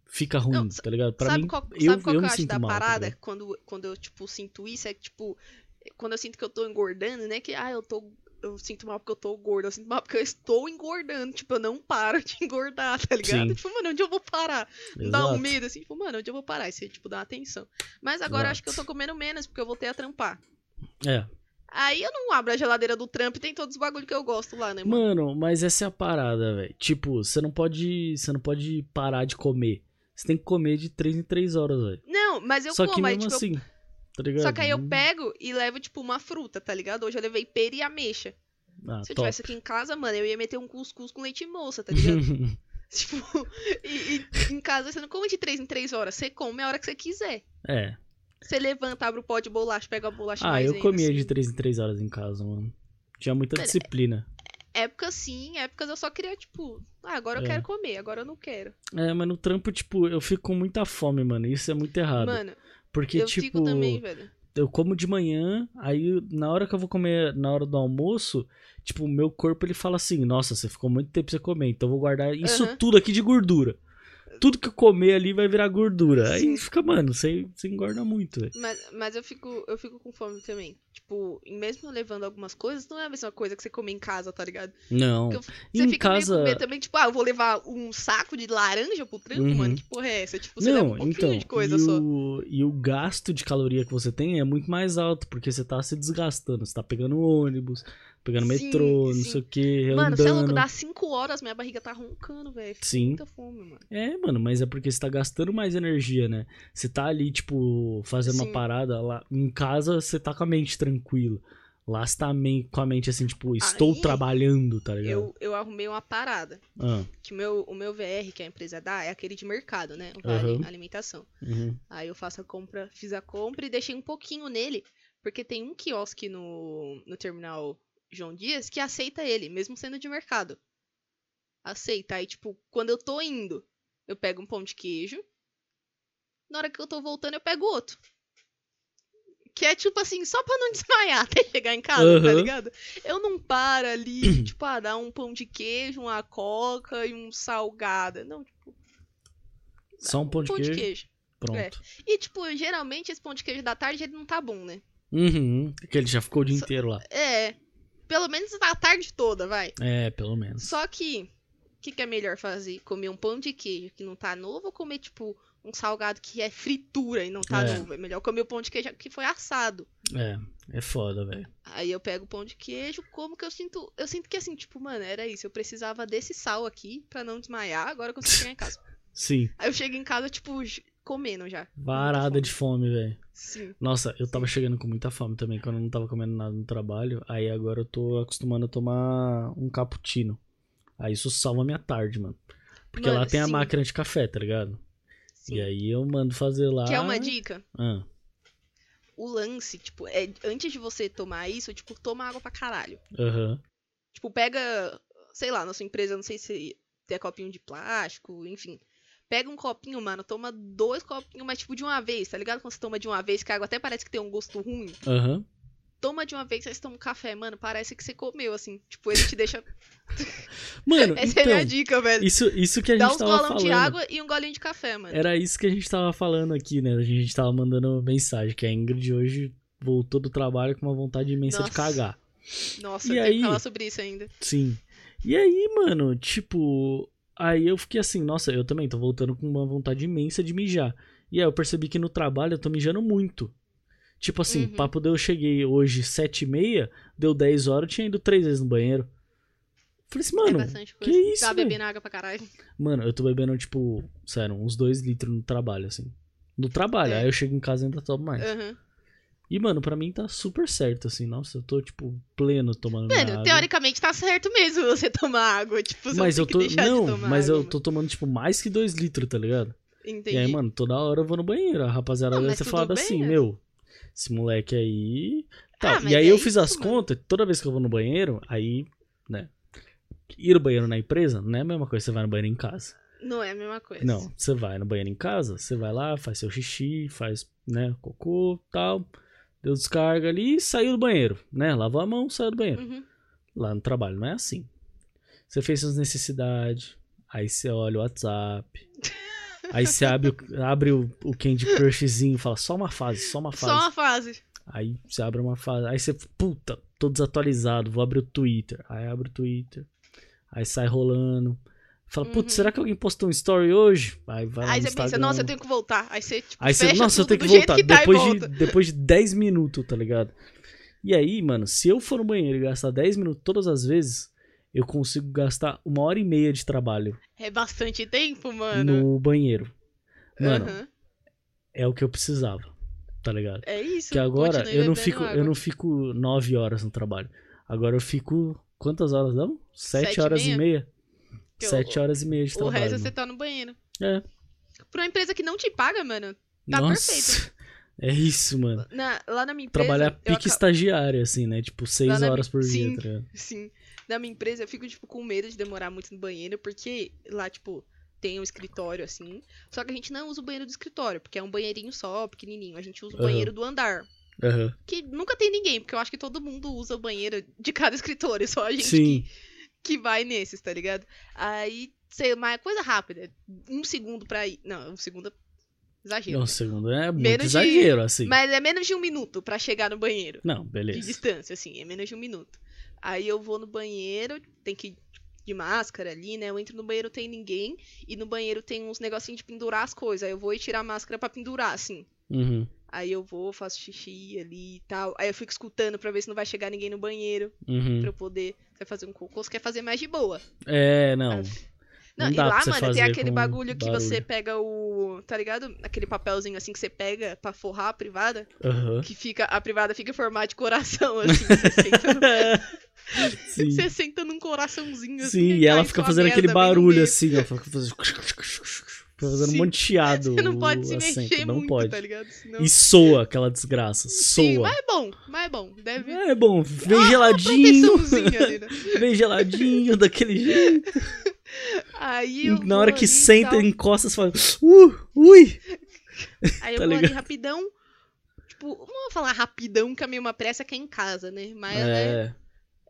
A: fica ruim,
B: Não,
A: tá ligado? Pra
B: sabe
A: mim,
B: qual, sabe
A: eu,
B: qual
A: eu
B: que
A: me
B: eu acho
A: sinto
B: da
A: mal. tá
B: parada?
A: ligado?
B: quando, quando eu, tipo, sinto isso, é que, tipo, quando eu sinto que eu tô engordando, né? Que, ah, eu tô. Eu sinto mal porque eu tô gorda, eu sinto mal porque eu estou engordando. Tipo, eu não paro de engordar, tá ligado?
A: Sim.
B: Tipo, mano, onde eu vou parar? Dá um
A: Exato.
B: medo, assim, tipo, mano, onde eu vou parar? Isso aí, tipo, dá atenção. Mas agora eu acho que eu tô
A: Exato.
B: comendo menos, porque eu voltei a trampar.
A: É.
B: Aí eu não abro a geladeira do Trump e tem todos os bagulho que eu gosto lá, né, mano?
A: Mano, mas essa é a parada, velho. Tipo, você não pode. Você não pode parar de comer. Você tem que comer de 3 em 3 horas, velho.
B: Não, mas eu
A: Só que
B: como, aí,
A: mesmo
B: tipo, eu-
A: assim. Tá ligado?
B: Só que aí eu
A: Hum,
B: pego e levo, tipo, uma fruta, tá ligado? Hoje eu levei pera e ameixa.
A: Ah,
B: Se eu
A: top.
B: tivesse aqui em casa, mano, eu ia meter um cuscuz com leite moça, tá ligado? tipo, e, e em casa você não come de 3 em 3 horas, você come a hora que você quiser.
A: é.
B: Você levanta, abre o pó de bolacha, pega a bolacha
A: Ah,
B: mais
A: eu
B: ainda,
A: comia
B: assim.
A: de 3 em 3 horas em casa, mano. Tinha muita
B: Mano, é-
A: disciplina.
B: Épocas sim, épocas eu só queria, tipo, ah, agora eu
A: É.
B: quero comer, agora eu não quero.
A: É, mas no trampo, tipo, eu fico com muita fome, mano. Isso é muito errado.
B: Mano,
A: porque,
B: eu
A: tipo.
B: fico também, velho.
A: eu como de manhã, aí na hora que eu vou comer, na hora do almoço, tipo, o meu corpo ele fala assim: "Nossa, você ficou muito tempo sem comer, então eu vou guardar isso
B: Aham.
A: tudo aqui de gordura. Tudo que eu comer ali vai virar gordura". Aí
B: Sim.
A: fica, mano, você, você engorda muito, velho.
B: Mas, mas eu, fico, eu fico com fome também. Tipo, e mesmo levando algumas coisas, não é a mesma coisa que você comer em casa, tá ligado?
A: Não.
B: Porque
A: E
B: Você
A: em
B: fica
A: casa,
B: meio com medo também, tipo, ah, eu vou levar um saco de laranja pro trampo,
A: Uhum.
B: mano? Que porra é essa? Tipo, você leva
A: não,
B: um pouquinho
A: então,
B: de coisa
A: e,
B: só.
A: o, e o gasto de caloria que você tem é muito mais alto, porque você tá se desgastando, você tá pegando ônibus, pegando
B: Sim,
A: metrô, não
B: sim.
A: sei o que,
B: Mano, você é louco,
A: andando.
B: dá 5 horas, minha barriga tá roncando, velho. Fico com
A: Sim.
B: muita fome, mano.
A: É, mano, mas é porque você tá gastando mais energia, né? Você tá ali, tipo, fazendo uma
B: Sim.
A: parada lá. Em casa, você tá com a mente tranquila. Lá você tá men- com a mente assim, tipo, estou
B: Aí,
A: trabalhando, tá ligado?
B: Eu, eu arrumei uma parada.
A: Ah,
B: Que meu, o meu VR que a empresa dá é aquele de mercado, né? O Vale
A: Aham.
B: Alimentação.
A: uhum.
B: Aí eu faço a compra, fiz a compra e deixei um pouquinho nele, porque tem um quiosque no, no terminal João Dias que aceita ele, mesmo sendo de mercado. Aceita. Aí, tipo, quando eu tô indo, eu pego um pão de queijo. Na hora que eu tô voltando, eu pego outro. Que é tipo assim, só pra não desmaiar até chegar em casa, tá
A: Aham.
B: ligado? Eu não paro ali, tipo, ah, dar um pão de queijo, uma coca e um salgada. Não, tipo,
A: Só um pão de
B: pão
A: queijo,
B: de queijo.
A: pronto.
B: E, tipo, geralmente esse pão de queijo da tarde ele não tá bom, né?
A: Uhum, que ele já ficou o dia
B: Só-
A: inteiro lá.
B: É. Pelo menos a tarde toda, vai.
A: É, pelo menos.
B: Só que, o que, que é melhor fazer? Comer um pão de queijo que não tá novo ou comer, tipo, um salgado que é fritura e não tá
A: É.
B: novo? É melhor comer o pão de queijo que foi assado.
A: É, é foda, velho.
B: Aí eu pego o pão de queijo, como que eu sinto. Eu sinto que assim, tipo, mano, era isso. Eu precisava desse sal aqui pra não desmaiar, agora eu consigo chegar em casa.
A: Sim,
B: Aí eu chego em casa, tipo, j- comendo já.
A: varada de fome, velho.
B: Sim.
A: Nossa, eu tava chegando com muita fome também, quando eu não tava comendo nada no trabalho. Aí agora eu tô acostumando a tomar um cappuccino. Aí isso salva a minha tarde, mano. Porque
B: Mano,
A: lá tem a
B: sim.
A: máquina de café, tá ligado?
B: Sim.
A: E aí eu mando fazer lá.
B: Quer uma dica?
A: Ah,
B: o lance, tipo, é antes de você tomar isso, tipo, toma água pra caralho.
A: aham.
B: Tipo, pega, sei lá, na sua empresa, não sei se tem copinho de plástico, enfim. Pega um copinho, mano, toma dois copinhos, mas tipo de uma vez, tá ligado? Quando você toma de uma vez, que a água até parece que tem um gosto ruim.
A: Aham.
B: Toma de uma vez, aí você toma um café, mano, parece que você comeu, assim. Tipo, ele te deixa.
A: Mano,
B: Essa é a minha
A: então,
B: dica, velho.
A: isso, isso que a
B: Dá
A: gente
B: uns
A: tava
B: golão
A: falando.
B: de água e um golinho de café, mano.
A: Era isso que a gente tava falando aqui, né? A gente tava mandando mensagem, que a Ingrid hoje voltou do trabalho com uma vontade imensa de
B: Nossa.
A: cagar.
B: Nossa,
A: E
B: eu tenho
A: aí?
B: que falar sobre isso ainda. É
A: Sim. E aí, mano, tipo. Aí eu fiquei assim, nossa, eu também tô voltando com uma vontade imensa de mijar. E aí eu percebi que no trabalho eu tô mijando muito. Tipo assim,
B: Uhum.
A: papo de eu cheguei hoje sete e meia, deu 10 horas, eu tinha ido três vezes no banheiro. Falei assim,
B: É
A: mano,
B: bastante coisa.
A: isso,
B: Tá
A: velho?
B: bebendo água pra caralho.
A: mano, eu tô bebendo, tipo, sério, uns dois litros no trabalho, assim. No trabalho,
B: É.
A: aí eu chego em casa e ainda tomo mais.
B: Aham.
A: E, mano, pra mim tá super certo, assim, nossa, eu tô, tipo, pleno tomando minha
B: Mano,
A: água.
B: teoricamente tá certo mesmo você tomar água. Tipo, você
A: Mas
B: não
A: eu
B: tem
A: tô.
B: que deixar
A: Não,
B: de tomar
A: mas
B: água,
A: eu tô tomando, tipo, mais que 2 litros, tá ligado?
B: mano. Entendi.
A: E aí, mano, toda hora eu vou no banheiro. A rapaziada
B: Não,
A: deve
B: mas
A: ter
B: tudo
A: falado
B: bem,
A: assim,
B: né?
A: meu, esse moleque aí. Tá.
B: Ah, mas
A: e aí
B: é
A: eu fiz
B: isso,
A: as
B: mano.
A: contas, toda vez que eu vou no banheiro, aí, né? Ir ao banheiro na empresa não é a mesma coisa que você vai no banheiro em casa.
B: Não é a mesma coisa.
A: Não, você vai no banheiro em casa, você vai lá, faz seu xixi, faz, né, cocô tal, deu descarga ali e saiu do banheiro, né? Lavou a mão, saiu do banheiro
B: Uhum.
A: lá no trabalho. Não é assim. Você fez suas necessidades, aí você olha o WhatsApp, aí você abre, o, abre o, o Candy Crushzinho e fala só uma fase, só uma
B: Só
A: fase.
B: uma fase.
A: Aí você abre uma fase, aí você, puta, tô desatualizado, vou abrir o Twitter. Aí abre o Twitter, aí sai rolando. Fala, putz,
B: Uhum.
A: será que alguém postou um story hoje? Aí vai lá
B: Aí
A: no
B: você
A: Instagram.
B: pensa, nossa, eu tenho que voltar. Aí você, tipo,
A: Aí
B: fecha
A: você, nossa, eu
B: tudo
A: tenho que
B: do jeito
A: voltar.
B: tá e
A: depois, de,
B: volta.
A: depois de 10 minutos, tá ligado? E aí, mano, se eu for no banheiro e gastar 10 minutos todas as vezes, eu consigo gastar uma hora e meia de trabalho
B: É bastante tempo, mano.
A: no banheiro. Mano,
B: Aham.
A: é o que eu precisava, tá ligado?
B: É isso.
A: Que agora
B: continue
A: eu não,
B: bebendo
A: fico,
B: água.
A: eu não fico 9 horas no trabalho. Agora eu fico. Quantas horas dão? 7
B: Sete
A: horas e
B: e
A: meia?
B: Porque o-
A: 7 horas e meia de
B: O
A: trabalho.
B: resto você
A: mano.
B: tá no banheiro.
A: É.
B: Pra uma empresa que não te paga, mano. tá
A: Nossa, é isso, mano.
B: na- lá na minha empresa.
A: Trabalhar
B: eu
A: pique estagiário, assim, né? Tipo, 6
B: na
A: horas
B: mi-
A: por dia,
B: Sim.
A: tá ligado?
B: Sim. Na minha empresa eu fico, tipo, com medo de demorar muito no banheiro, porque lá, tipo, tem um escritório assim. Só que a gente não usa o banheiro do escritório, porque é um banheirinho só, pequenininho. A gente usa o
A: Aham.
B: banheiro do andar.
A: Aham.
B: Que nunca tem ninguém, porque eu acho que todo mundo usa o banheiro de cada escritório, só a gente
A: Sim.
B: que vai nesses, tá ligado? Aí, sei, uma coisa rápida. Um segundo pra ir. Não, um segundo. é Exagero.
A: Não, segundo é muito
B: Menos de-
A: exagero, assim.
B: Mas é menos de um minuto pra chegar no banheiro.
A: Não,
B: De
A: beleza.
B: distância, assim, é menos de um minuto. Aí eu vou no banheiro, tem que ir de máscara ali, né? Eu entro no banheiro, tem ninguém. E no banheiro tem uns negocinhos de pendurar as coisas. Aí eu vou e tirar a máscara pra pendurar, assim.
A: Uhum,
B: Aí eu vou, faço xixi ali e tal. Aí eu fico escutando pra ver se não vai chegar ninguém no banheiro.
A: uhum.
B: Pra eu poder. Você vai fazer um cocô, você quer fazer mais de boa.
A: É, não.
B: Não,
A: Não
B: e
A: dá pra
B: lá,
A: você
B: mano,
A: fazer
B: tem aquele
A: com
B: bagulho que você
A: barulho.
B: pega o. Tá ligado? Aquele papelzinho assim que você pega pra forrar a privada.
A: Aham.
B: Que fica. A privada fica em formato de coração, assim. Você senta, no-
A: Sim.
B: você senta num coraçãozinho assim.
A: Sim,
B: aí
A: e ela
B: cai
A: fica
B: sua
A: fazendo
B: merda
A: aquele
B: bem no
A: barulho
B: meio.
A: assim, ó. Fica fazendo, fica fazendo
B: Sim.
A: um monte de chiado.
B: Você não pode
A: o
B: se
A: assento,
B: mexer
A: não
B: muito,
A: pode.
B: tá ligado? Senão...
A: E soa aquela desgraça,
B: Sim, Ah,
A: soa.
B: mas é bom, mas é bom. Deve.
A: É bom, vem geladinho,
B: Proteçãozinha ali, né?
A: vem geladinho daquele jeito.
B: Aí eu
A: Na hora
B: vou
A: que
B: ali e
A: senta,
B: tal.
A: encosta, você fala, uh, ui.
B: Aí eu
A: Tá
B: vou ali
A: ligado?
B: rapidão. Tipo, não vou falar rapidão, que é meio uma pressa que é em casa, né? Mas né,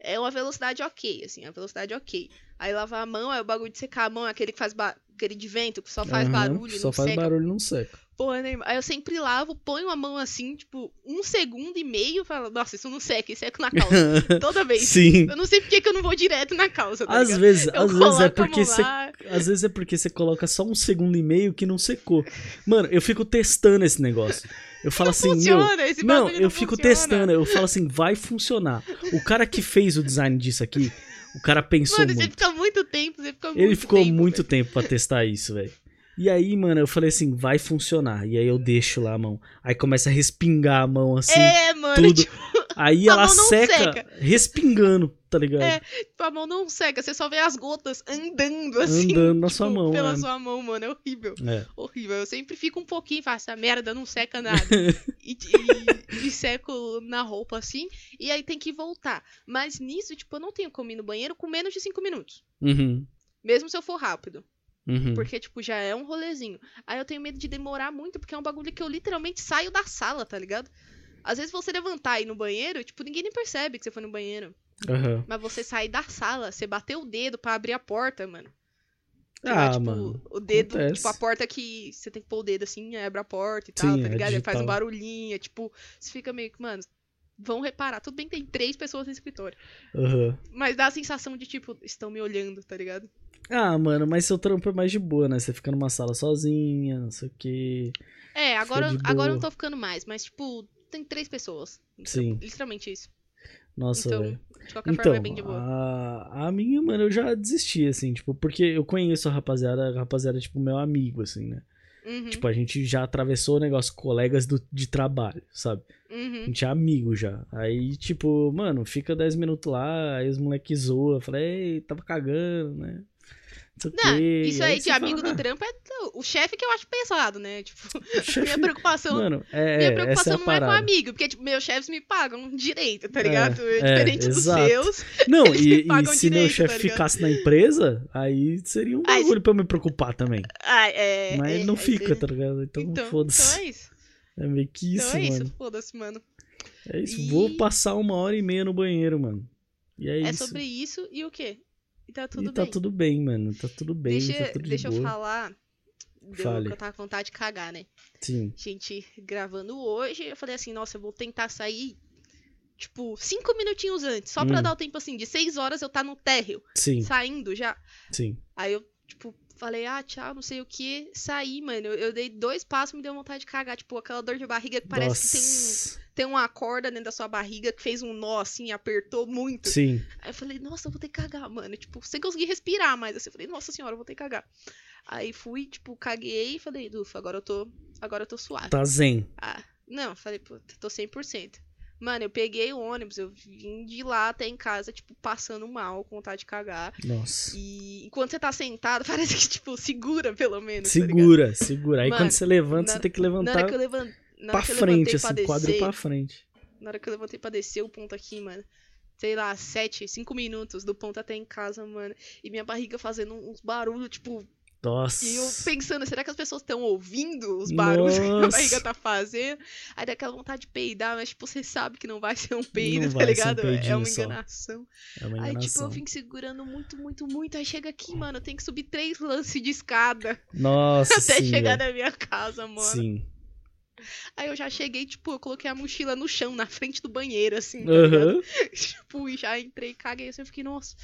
A: É,
B: é, uma velocidade ok, assim, é uma velocidade ok. Aí lavar a mão, aí o bagulho de secar a mão, é aquele que faz ba- aquele de vento, que só faz
A: aham,
B: barulho,
A: Só
B: não
A: faz
B: seca
A: barulho, não seca.
B: porra nenhuma. Aí eu sempre lavo, ponho a mão assim, tipo, um segundo e meio, falo, nossa, isso não seca, isso seca na calça. Toda vez.
A: Sim.
B: Eu não sei porque que eu não vou direto na calça, tá
A: Às
B: ligado?
A: vezes,
B: Eu
A: às vezes é
B: coloco a mão
A: porque você
B: lá.
A: Às vezes é porque você coloca só um segundo e meio que não secou. Mano, eu fico testando esse negócio. Eu falo assim, meu.
B: Funciona, esse
A: Não,
B: bagulho
A: eu fico
B: funciona.
A: testando. Eu falo assim, vai funcionar. O cara que fez o design disso aqui, o cara pensou
B: Mano, você
A: muito.
B: fica muito tempo, você fica muito
A: Ele ficou
B: tempo,
A: muito tempo pra testar isso, velho. E aí, mano, eu falei assim, vai funcionar. E aí eu deixo lá a mão. Aí começa a respingar a mão assim.
B: É, mano,
A: tudo.
B: Tipo,
A: aí
B: a
A: ela
B: mão não
A: seca,
B: seca.
A: respingando, tá ligado?
B: É, a mão não seca, você só vê as gotas andando assim.
A: Andando na
B: tipo,
A: sua mão,
B: Pela
A: né?
B: sua mão, mano, é horrível.
A: É.
B: Horrível. Eu sempre fico um pouquinho, faço essa merda, não seca nada. e, e- e seco na roupa assim, e aí tem que voltar. Mas nisso, tipo, eu não tenho como ir no banheiro com menos de 5 minutos.
A: Uhum,
B: Mesmo se eu for rápido.
A: uhum.
B: Porque, tipo, já é um rolezinho. Aí eu tenho medo de demorar muito, porque é um bagulho que eu literalmente saio da sala, tá ligado? Às vezes você levantar e ir no banheiro, tipo, ninguém nem percebe que você foi no banheiro.
A: aham.
B: Mas você sair da sala, você bater o dedo pra abrir a porta, mano. Você
A: Ah,
B: vai, tipo,
A: mano,
B: O dedo,
A: acontece.
B: tipo, a porta que você tem que pôr o dedo assim, aí abre a porta e
A: Sim,
B: tal,
A: é
B: tá ligado? Aí faz
A: digital.
B: um barulhinho, é, tipo, você fica meio que, mano, vão reparar. Tudo bem que tem três pessoas no escritório.
A: aham.
B: Mas dá a sensação de, tipo, estão me olhando, tá ligado?
A: Ah, mano, mas seu trampo é mais de boa, né? Você fica numa sala sozinha, não sei o quê.
B: É, agora,
A: de boa.
B: agora eu não tô ficando mais, mas, tipo, tem três pessoas.
A: Sim.
B: Literalmente isso.
A: Nossa,
B: então,
A: velho.
B: de qualquer
A: Então,
B: forma, é bem de boa.
A: a, a minha, mano, eu já desisti, assim, tipo, porque eu conheço a rapaziada, a rapaziada, é, tipo, meu amigo, assim, né?
B: Uhum,
A: Tipo, a gente já atravessou o negócio, colegas do, de trabalho, sabe? A
B: uhum.
A: gente é amigo já. Aí, tipo, mano, fica 10 minutos lá, aí os moleque zoa, fala, ei, tava cagando, né? Não, sei o
B: Não,
A: quê.
B: isso aí
A: você
B: de amigo
A: fala,
B: do trampo é o chefe que eu acho pesado, né? Tipo,
A: "Ah, chefe,
B: minha preocupação
A: Mano, é,
B: Minha
A: essa é
B: preocupação
A: a
B: não é com
A: parada.
B: amigo, porque tipo, meus chefes me pagam direito, tá
A: É,
B: ligado? É,
A: é,
B: diferente dos
A: exato.
B: seus.
A: Não,
B: Eles
A: e,
B: me
A: e
B: pagam
A: se meu
B: direito,
A: chefe
B: tá ligado?
A: ficasse na empresa, aí seria um
B: Ah, isso-
A: bagulho pra eu me preocupar também.
B: Ah, é,
A: Mas
B: é,
A: ele não
B: é,
A: fica,
B: é.
A: tá ligado? Então, foda-se.
B: então é isso.
A: é... meio que isso,
B: então é
A: mano.
B: isso, foda-se, mano.
A: É isso.
B: E-
A: Vou passar uma hora e meia no banheiro, mano. E é,
B: É,
A: isso.
B: sobre isso e o quê? E tá tudo
A: e tá
B: bem.
A: tudo bem, mano. Tá tudo bem,
B: deixa
A: tá tudo de
B: deixa eu
A: boa.
B: falar. Deu
A: Fale.
B: que eu tava com vontade de cagar, né?
A: Sim.
B: Gente, gravando hoje, eu falei assim, nossa, eu vou tentar sair, tipo, cinco minutinhos antes, só pra
A: Hum.
B: dar o tempo assim, de seis horas eu tá no térreo,
A: Sim,
B: saindo já.
A: sim.
B: Aí eu, tipo, falei, ah, tchau, não sei o que. Saí, mano. Eu, eu dei dois passos e me deu vontade de cagar. Tipo, aquela dor de barriga que parece que
A: Nossa.
B: tem, um, tem uma corda dentro da sua barriga que fez um nó, assim, apertou muito.
A: Sim.
B: Aí eu falei, nossa, eu vou ter que cagar, mano. Tipo, sem conseguir respirar mais. Assim, eu falei, nossa senhora, eu vou ter que cagar. Aí fui, tipo, caguei e falei, ufa, agora eu tô, agora eu tô suave.
A: Tá zen.
B: Ah, não, falei, pô, tô 100%. Mano, eu peguei o ônibus, eu vim de lá até em casa, tipo, passando mal, com vontade de cagar.
A: Nossa.
B: E enquanto você tá sentado, parece que, tipo, segura, pelo menos. tá ligado?
A: Segura, segura. Aí
B: Mano,
A: quando você levanta,
B: na-
A: você tem que
B: na
A: levantar
B: hora que eu, levan... na hora
A: pra
B: que eu
A: frente,
B: levantei
A: assim,
B: pra
A: quadro
B: descer.
A: pra frente.
B: Na hora que eu levantei pra descer o ponto aqui, mano. Sei lá, sete, cinco minutos do ponto até em casa, mano. E minha barriga fazendo uns barulhos, tipo,
A: Nossa.
B: E eu pensando, será que as pessoas estão ouvindo os barulhos que a
A: Nossa.
B: barriga tá fazendo? Aí dá aquela vontade de peidar, mas tipo, você sabe que não vai ser um peido,
A: Não
B: tá
A: vai ser um
B: ligado? é
A: peidinho
B: uma
A: só.
B: enganação.
A: É uma
B: Aí, tipo,
A: enganação.
B: eu fico segurando muito, muito, muito. Aí chega aqui, mano, eu tenho que subir três lances de escada
A: Nossa
B: até
A: senhora.
B: chegar na né? minha casa, mano.
A: é. Sim.
B: Aí eu já cheguei, tipo, eu coloquei a mochila no chão, na frente do banheiro, assim, tá ligado?
A: Aham.
B: Tipo, e já entrei, caguei assim, eu fiquei, nossa,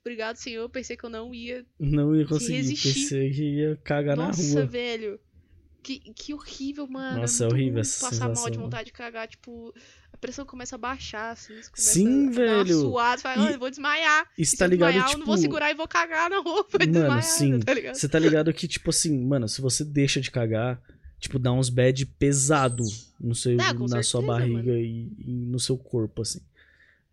B: obrigado, senhor. Eu pensei que eu não ia.
A: Não ia conseguir.
B: resistir.
A: Pensei que ia cagar
B: nossa,
A: Tá na rua.
B: velho. Que, que horrível, mano.
A: Nossa, é
B: muito
A: horrível
B: ruim
A: essa
B: Passar mal de
A: sensação.
B: vontade de cagar, tipo, a pressão começa a baixar, assim, você começa
A: Sim,
B: a dar uma
A: velho.
B: suada, você fala,
A: E-
B: "Ah, eu vou desmaiar.
A: E
B: Se
A: você tá
B: eu
A: ligado,
B: desmaiar,
A: tipo...
B: eu não vou segurar e vou cagar na roupa
A: Mano,
B: desmaiada,
A: sim.
B: tá ligado?
A: Você tá ligado que, tipo assim, mano, se você deixa de cagar, tipo, dá uns bad pesado no seu,
B: Dá,
A: na
B: com
A: sua
B: certeza,
A: barriga e, e no seu corpo, assim.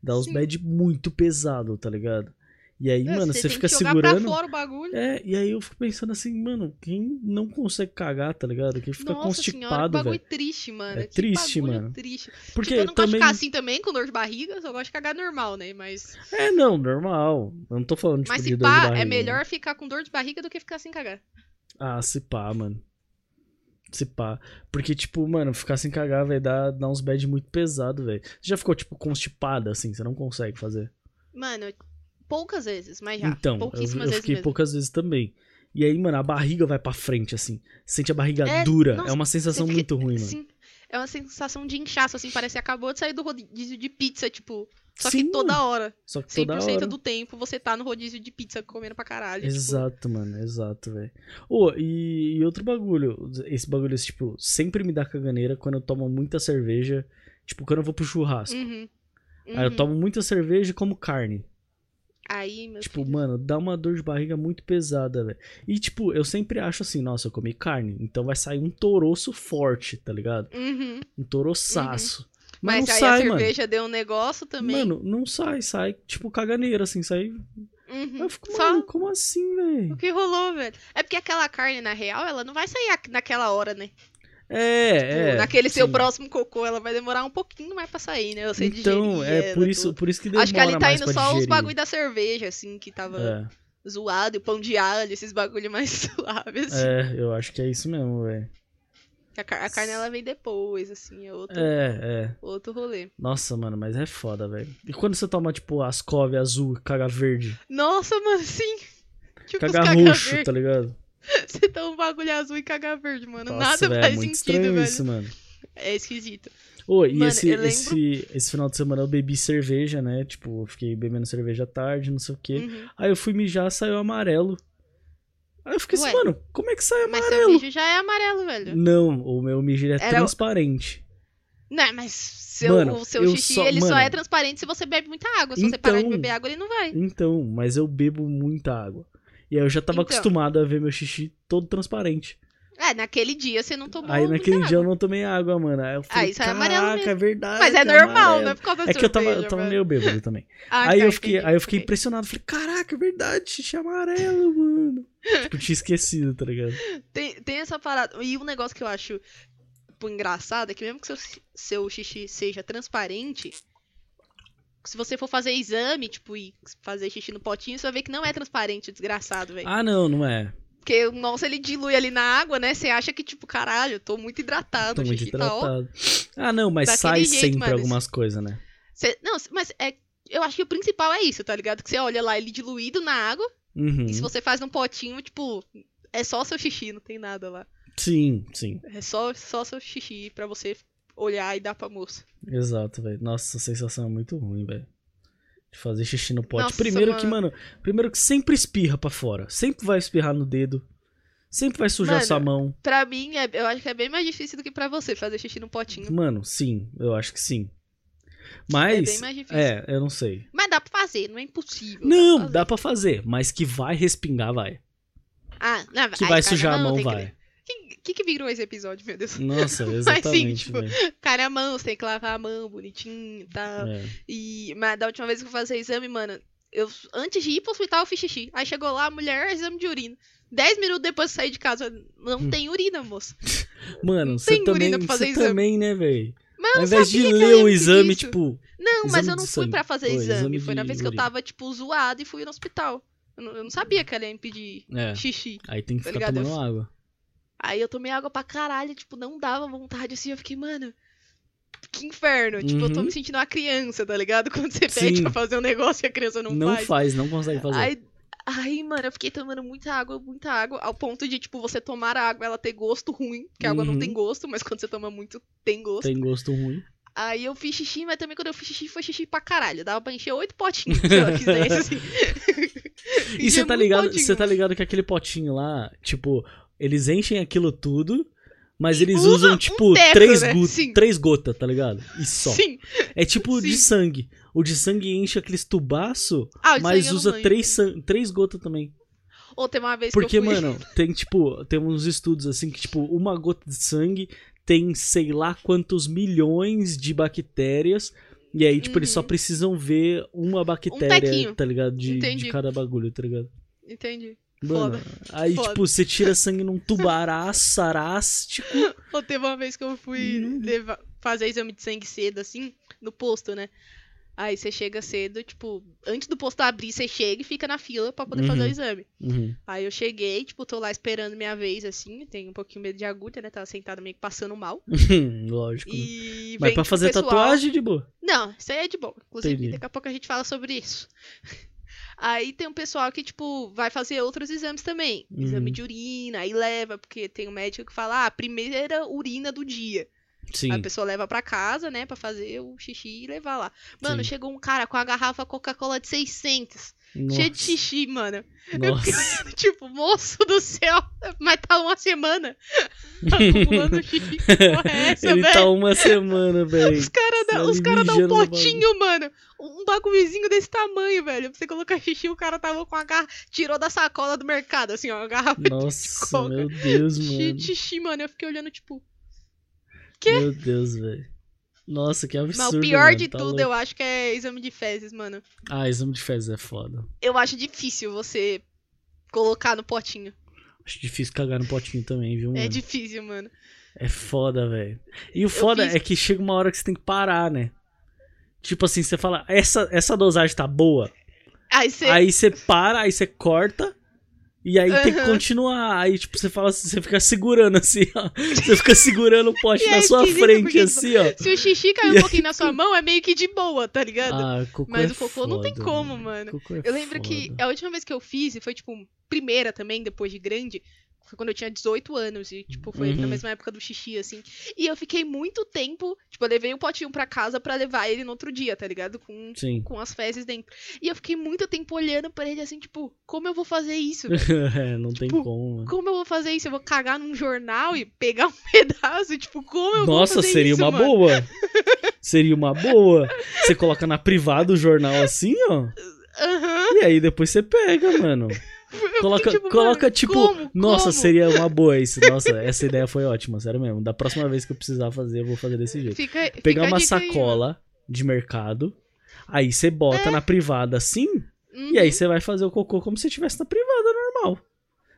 A: Dá uns
B: Sim.
A: bad muito pesado, tá ligado? E aí,
B: É,
A: mano, você
B: tem
A: fica
B: que jogar
A: segurando.
B: pra fora o bagulho.
A: É, e aí eu fico pensando assim, mano, quem não consegue cagar, tá ligado? Quem fica
B: Nossa senhora, que
A: constipado,
B: bagulho
A: velho.
B: triste, mano.
A: É
B: que
A: triste,
B: bagulho
A: mano.
B: Triste.
A: Porque
B: tipo, eu não gosto de
A: também.
B: ficar assim também, com dor de barriga, só gosto de cagar normal, né? Mas,
A: É, não, normal. Eu não tô falando tipo,
B: mas
A: de
B: se
A: dor de
B: pá,
A: barriga.
B: é melhor ficar com dor de barriga do que ficar sem cagar.
A: Ah, se pá, mano. Se pá. Porque, tipo, mano, ficar sem cagar, velho, dá, dá uns bad muito pesado, velho. Você já ficou, tipo, constipada, assim? Você não consegue fazer?
B: Mano, poucas vezes, mas já.
A: então, eu, eu
B: pouquíssimas vezes
A: fiquei
B: mesmo.
A: poucas vezes também. E aí, mano, a barriga vai pra frente, assim. Sente a barriga
B: É,
A: dura.
B: nossa,
A: é uma sensação
B: fica-
A: muito ruim, mano.
B: Sim, é uma sensação de inchaço, assim, parece que acabou de sair do rodízio de pizza, tipo. Só
A: Sim,
B: que toda
A: mano.
B: hora,
A: Só que
B: 100%
A: toda hora.
B: do tempo, você tá no rodízio de pizza comendo pra caralho. tipo,
A: Exato, mano, exato, velho. Ô, e, e outro bagulho, esse bagulho, esse, tipo, sempre me dá caganeira quando eu tomo muita cerveja, tipo, quando eu vou pro churrasco.
B: uhum,
A: Aí eu
B: uhum.
A: tomo muita cerveja e como carne.
B: Aí, meu
A: Tipo,
B: filho.
A: mano, dá uma dor de barriga muito pesada, velho. E, tipo, eu sempre acho assim, nossa, eu comi carne, então vai sair um toroço forte, tá ligado?
B: Uhum.
A: Um toroçaço. Mas,
B: Mas,
A: não
B: aí
A: sai,
B: a
A: mano.
B: cerveja deu um negócio também.
A: Mano, não sai, sai, tipo, caganeira, assim, sai.
B: Uhum.
A: Eu fico,
B: Só
A: mano, como assim,
B: o
A: velho?
B: que rolou, velho. É porque aquela carne, na real, ela não vai sair a- naquela hora, né?
A: É, é.
B: Tipo, Naquele seu
A: sim.
B: próximo cocô, ela vai demorar um pouquinho mais pra sair, né? Você
A: Então,
B: digerir
A: é
B: ela,
A: por isso,
B: tudo.
A: por isso que demora
B: Acho que ali tá
A: mais
B: indo
A: pra
B: só os
A: digerir.
B: bagulho da cerveja, assim, que tava
A: É,
B: zoado, e o pão de alho, esses bagulho mais suaves. assim.
A: é, eu acho que é isso mesmo, velho.
B: A, car- a carne, ela vem depois, assim, é outro,
A: É, é.
B: outro rolê.
A: Nossa, mano, mas é foda, velho. E quando você toma, tipo, ascove azul, caga verde,
B: Nossa, mano, sim! Tipo, os
A: caga
B: caga
A: roxo,
B: verde.
A: tá ligado?
B: Você toma um bagulho azul e caga verde, mano.
A: Nossa,
B: Nada
A: velho, é
B: faz
A: muito
B: sentido,
A: estranho
B: velho.
A: isso, mano.
B: É esquisito.
A: Ô, e
B: Mano,
A: esse,
B: eu lembro-
A: esse, esse final de semana eu bebi cerveja, né? Tipo, eu fiquei bebendo cerveja à tarde, não sei o quê.
B: Uhum.
A: Aí eu fui mijar, saiu amarelo. Aí eu fiquei assim,
B: Ué.
A: mano, como é que sai
B: Mas
A: amarelo?
B: seu vídeo já é amarelo, velho.
A: Não, o meu mijar é
B: Era o-
A: transparente.
B: Não, Né, mas seu,
A: Mano,
B: o seu
A: eu
B: xixi,
A: só-
B: ele só
A: mano.
B: é transparente se você bebe muita água. Se você parar de
A: Então.
B: beber água, ele não vai.
A: Então, mas eu bebo muita água. E aí eu já tava
B: Então.
A: acostumado a ver meu xixi todo transparente.
B: É, naquele dia você não tomou
A: aí
B: muita
A: naquele
B: água.
A: dia eu não tomei água, mano. Aí eu falei,
B: Aí sai amarelo
A: caraca, é verdade.
B: Mas é normal, né? Por causa da
A: É que eu tava,
B: cerveja,
A: eu tava
B: velho.
A: meio bêbado também.
B: Ah,
A: aí,
B: tá,
A: eu fiquei,
B: entendi,
A: aí eu fiquei
B: ok.
A: impressionado. Falei, caraca, é verdade, xixi amarelo, mano. tipo, tinha esquecido, tá ligado?
B: Tem, tem essa parada. E um negócio que eu acho tipo, engraçado é que mesmo que seu, seu xixi seja transparente, se você for fazer exame, tipo, e fazer xixi no potinho, você vai ver que não é transparente, desgraçado, velho.
A: Ah, não, não é.
B: Porque o nosso ele dilui ali na água, né? Você acha que, tipo, caralho, eu tô muito hidratado,
A: Tô
B: o
A: muito
B: xixi tá ó.
A: hidratado. Ah, não, mas sai
B: Daquele jeito,
A: sempre
B: mano,
A: algumas coisas, né?
B: Cê- não, mas é. Eu acho que o principal é isso, tá ligado? Que você olha lá ele diluído na água,
A: Uhum.
B: e se você faz num potinho, tipo, é só seu xixi, não tem nada lá.
A: Sim, sim.
B: É só, só seu xixi pra você olhar e dar pra moça.
A: Exato, velho. Nossa, a sensação é muito ruim, velho. De fazer xixi no pote.
B: Nossa,
A: primeiro que,
B: mano.
A: mano, primeiro que sempre espirra pra fora. Sempre vai espirrar no dedo. Sempre vai sujar
B: Mano.
A: sua mão.
B: Pra mim, é- eu acho que é bem mais difícil do que pra você fazer xixi num potinho.
A: Mano, sim, eu acho que sim.
B: é bem
A: Mas.
B: mais difícil.
A: É, eu não sei.
B: Mas dá pra fazer, não é impossível.
A: Não,
B: pra
A: dá pra fazer, mas que vai respingar, vai.
B: fazer. Ah, não,
A: Que
B: aí
A: vai
B: caga
A: sujar a mão,
B: tem que-
A: vai.
B: Que, que que virou esse episódio, meu Deus?
A: Nossa,
B: sim,
A: exatamente.
B: tipo,
A: velho.
B: Cara, a mão, você tem que lavar a mão bonitinho e tal.
A: É.
B: E, mas da última vez que eu fui fazer exame, mano, eu, antes de ir pro hospital, eu fiz xixi. Aí chegou lá, a mulher, exame de urina. Dez minutos depois que eu saí de casa, eu,
A: Hum.
B: não tem urina, moça.
A: Mano,
B: não
A: você
B: tem
A: também,
B: urina pra fazer
A: você
B: exame.
A: também, né, velho?
B: Mas
A: Ao
B: eu não
A: invés de
B: sabia que eu
A: ler
B: ia
A: o
B: pedir
A: exame,
B: isso.
A: tipo,
B: Não, mas
A: exame
B: eu não
A: de
B: fui pra
A: sangue.
B: fazer
A: Foi,
B: exame.
A: exame
B: Foi na
A: de
B: vez que eu
A: urina.
B: tava, tipo, zoada e fui no hospital. Eu não, eu não sabia que ela ia impedir
A: É.
B: xixi.
A: Aí tem que
B: Tá
A: ficar
B: ligado?
A: tomando água.
B: Aí eu tomei água pra caralho, tipo, não dava vontade assim. Eu fiquei, mano, que inferno. Tipo, eu tô
A: Uhum.
B: me sentindo uma criança, tá ligado? Quando você pede
A: Sim.
B: pra fazer um negócio e a criança não,
A: Não, faz. não consegue fazer.
B: Aí, aí, mano, eu fiquei tomando muita água, muita água, ao ponto de, tipo, você tomar a água, ela ter gosto ruim, porque a água não
A: Uhum.
B: tem gosto, mas quando você toma muito, tem gosto.
A: Tem gosto ruim.
B: Aí eu fiz xixi, mas também quando eu fiz xixi, foi xixi pra caralho. Dava pra encher oito potinhos, se ela quisesse, assim.
A: E
B: Enchia
A: você tá
B: é muito
A: ligado,
B: potinho.
A: você tá ligado que aquele potinho lá, tipo, eles enchem aquilo tudo, mas eles
B: Usa
A: usam
B: um
A: tipo
B: teco,
A: três,
B: né?
A: go-
B: Sim.
A: três gotas, tá ligado? E só.
B: Sim.
A: É tipo o de
B: Sim.
A: sangue. O de sangue enche aqueles tubaço,
B: Ah, isso aí eu
A: mas
B: não
A: usa
B: manjo.
A: três, san- três gotas também.
B: Ou tem uma vez que
A: Porque,
B: eu fui...
A: mano, tem tipo, tem uns estudos assim que tipo, uma gota de sangue tem sei lá quantos milhões de bactérias. E aí, tipo, eles só
B: Uhum. Um
A: precisam ver uma bactéria,
B: tequinho.
A: tá ligado? De, de
B: Entendi.
A: cada bagulho, tá ligado?
B: Entendi.
A: Mano,
B: Foda.
A: aí
B: Foda.
A: tipo, você tira sangue num tubaraço arástico.
B: Ou teve uma vez que eu fui
A: Hum.
B: levar- fazer exame de sangue cedo, assim, no posto, né? Aí você chega cedo, tipo, antes do posto abrir, você chega e fica na fila pra poder fazer o
A: Uhum.
B: exame.
A: Uhum.
B: Aí eu cheguei, tipo, tô lá esperando minha vez, assim, tenho um pouquinho medo de agulha, né? Tava sentada meio que passando mal.
A: Lógico. né?
B: E
A: Mas
B: vem,
A: pra
B: tipo,
A: fazer
B: pessoal-
A: tatuagem de boa.
B: Não, isso aí é de boa. Inclusive,
A: Entendi.
B: daqui a pouco a gente fala sobre isso. Aí tem um pessoal que, tipo, vai fazer outros exames também. Exame
A: Uhum.
B: de urina, aí leva, porque tem um médico que fala, ah, a primeira urina do dia.
A: Sim.
B: Aí a pessoa leva pra casa, né, pra fazer o xixi e levar lá. Mano,
A: Sim.
B: chegou um cara com a garrafa Coca-Cola de 600, cheia de
A: Nossa.
B: xixi, mano.
A: Nossa.
B: tipo, moço do céu, mas tá uma semana acumulando xixi. Que porra é essa,
A: Ele
B: velho?
A: tá uma semana, velho.
B: Os caras dá,
A: Ali
B: os cara dá um
A: mijando no bagulho.
B: potinho, mano. Um bagulhozinho desse tamanho, velho. Pra você colocar xixi, o cara tava com a garra. Tirou da sacola do mercado, assim, ó. A garrafa
A: Nossa,
B: é?
A: meu Deus,
B: de
A: mano.
B: de xixi, mano. Eu fiquei olhando, tipo. quê?
A: Meu Deus, velho. Nossa, que
B: Mas
A: absurdo.
B: o pior
A: mano,
B: de
A: tá
B: tudo,
A: louco.
B: eu acho que é exame de fezes, mano.
A: Ah, exame de fezes é foda.
B: Eu acho difícil você colocar no potinho.
A: Acho difícil cagar no potinho também, viu, mano?
B: É
A: É,
B: difícil, mano.
A: foda, velho. E o foda
B: fiz-
A: é que chega uma hora que você tem que parar, né? Tipo assim, você fala, essa, essa dosagem tá boa.
B: Aí você.
A: Aí você para, aí você corta. E aí tem que
B: Aham.
A: continuar. Aí, tipo, você fala assim, você fica segurando assim, ó. Você fica segurando o pote
B: E
A: na
B: é
A: sua
B: esquisito,
A: frente,
B: porque-
A: assim, ó.
B: Se o xixi
A: E
B: cair um
A: aí-
B: pouquinho na sua mão, é meio que de boa, tá ligado?
A: Ah, cocô
B: Mas
A: é
B: o cocô não tem
A: foda,
B: como, mano.
A: Cocô é
B: Eu lembro que
A: foda.
B: a última vez que eu fiz, e foi tipo, primeira também, depois de grande, foi quando eu tinha 18 anos, e tipo, foi na
A: Uhum.
B: mesma época do xixi, assim. E eu fiquei muito tempo, tipo, eu levei o potinho pra casa pra levar ele no outro dia, tá ligado? Com,
A: Sim.
B: com as fezes dentro. E eu fiquei muito tempo olhando pra ele assim, tipo, como eu vou fazer isso?
A: é, não tem
B: Tipo,
A: como, mano.
B: Como eu vou fazer isso? Eu vou cagar num jornal e pegar um pedaço, e, tipo, como eu vou fazer isso?
A: Nossa, seria uma
B: mano?
A: boa. Seria uma boa. Você coloca na privada o jornal assim, ó.
B: Aham.
A: E aí depois você pega, mano. Coloca,
B: tipo,
A: coloca
B: mano,
A: tipo.
B: como?
A: Nossa,
B: Como?
A: seria uma boa isso. Nossa, essa ideia foi ótima, sério mesmo. Da próxima vez que eu precisar fazer, eu vou fazer desse jeito.
B: Fica, fica
A: Pegar
B: a
A: uma
B: dica aí,
A: sacola de mercado. Aí você bota na privada assim.
B: mano.
A: E
B: É? Uhum.
A: aí você vai fazer o cocô como se estivesse na privada normal.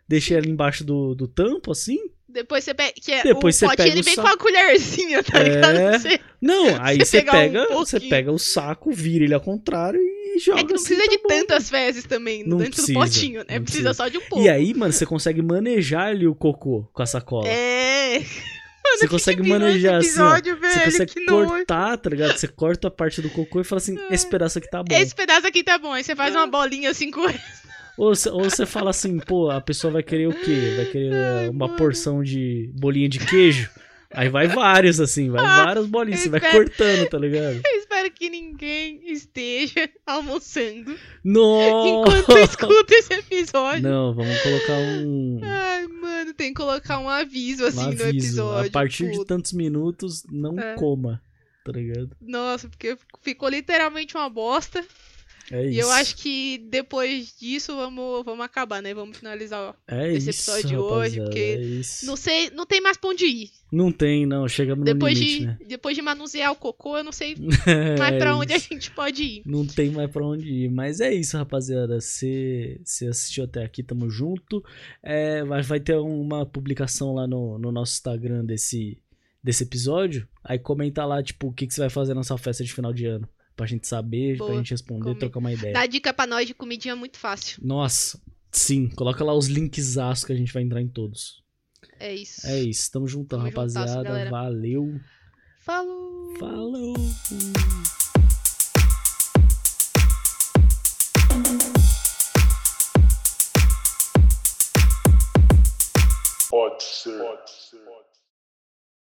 A: Deixa ele embaixo do, do tampo, assim.
B: Depois você pega. Que é,
A: Depois
B: o
A: você
B: potinho
A: pega
B: ele
A: o
B: vem
A: sa-
B: com a colherzinha, tá
A: É.
B: ligado? Você-
A: Não, aí
B: Você
A: você
B: pegar um
A: pega, você
B: pouquinho.
A: pega o saco, vira ele ao contrário e joga.
B: É que não
A: assim,
B: precisa
A: tá
B: de
A: bom.
B: tantas fezes também no
A: Não
B: dentro do
A: precisa,
B: potinho, né?
A: não
B: Precisa
A: precisa.
B: só de um pouco.
A: E aí, mano, você consegue manejar ali o cocô com a sacola.
B: É. Mano,
A: Você
B: que
A: consegue
B: que virou
A: manejar
B: esse
A: assim, ó.
B: episódio,
A: Você
B: velho, que
A: consegue
B: nojo. É.
A: cortar, tá ligado? Você corta a parte do cocô e fala assim, esse pedaço aqui tá bom.
B: Esse pedaço aqui tá bom. Aí você faz uma bolinha assim com.
A: Ou, você, ou você fala assim, pô, a pessoa vai querer o quê? Vai querer eh, uma
B: mano.
A: porção de bolinha de queijo? Aí vai vários, assim, vai
B: Ah,
A: várias bolinhas, você vai
B: espero-
A: cortando, tá ligado?
B: Eu espero que ninguém esteja almoçando
A: Nossa!
B: enquanto escuta esse episódio.
A: Não, vamos colocar um,
B: Ai, mano, tem que colocar um aviso assim
A: um
B: no
A: aviso.
B: episódio.
A: A partir de
B: tipo,
A: tantos minutos, não
B: É.
A: coma, tá ligado?
B: Nossa, porque ficou literalmente uma bosta.
A: É isso.
B: E eu acho que depois disso vamos, vamos acabar, né? Vamos finalizar. ó.
A: é
B: esse
A: isso,
B: episódio de hoje,
A: rapaziada,
B: porque
A: é isso.
B: Não sei, não tem mais pra onde ir.
A: Não tem, não. Chegamos
B: depois,
A: no limite,
B: de,
A: né?
B: depois de manusear o cocô, eu não sei
A: É
B: mais pra onde a
A: isso.
B: gente pode ir.
A: Não tem mais pra onde ir. Mas é isso, rapaziada. Se se assistiu até aqui, tamo junto. É, vai, vai ter uma publicação lá no, no nosso Instagram desse, desse episódio. Aí comenta lá, tipo, o que, que você vai fazer na sua festa de final de ano. pra gente saber,
B: Boa.
A: pra gente responder,
B: Comi-
A: trocar uma ideia.
B: Dá dica pra nós de comidinha muito fácil.
A: Nossa, sim, coloca lá os links aço que a gente vai entrar em todos.
B: É isso.
A: É isso, tamo juntão,
B: Tamo juntasso,
A: rapaziada.
B: galera.
A: Valeu.
B: Falou!
A: Falou.
C: Pode ser. Pode ser.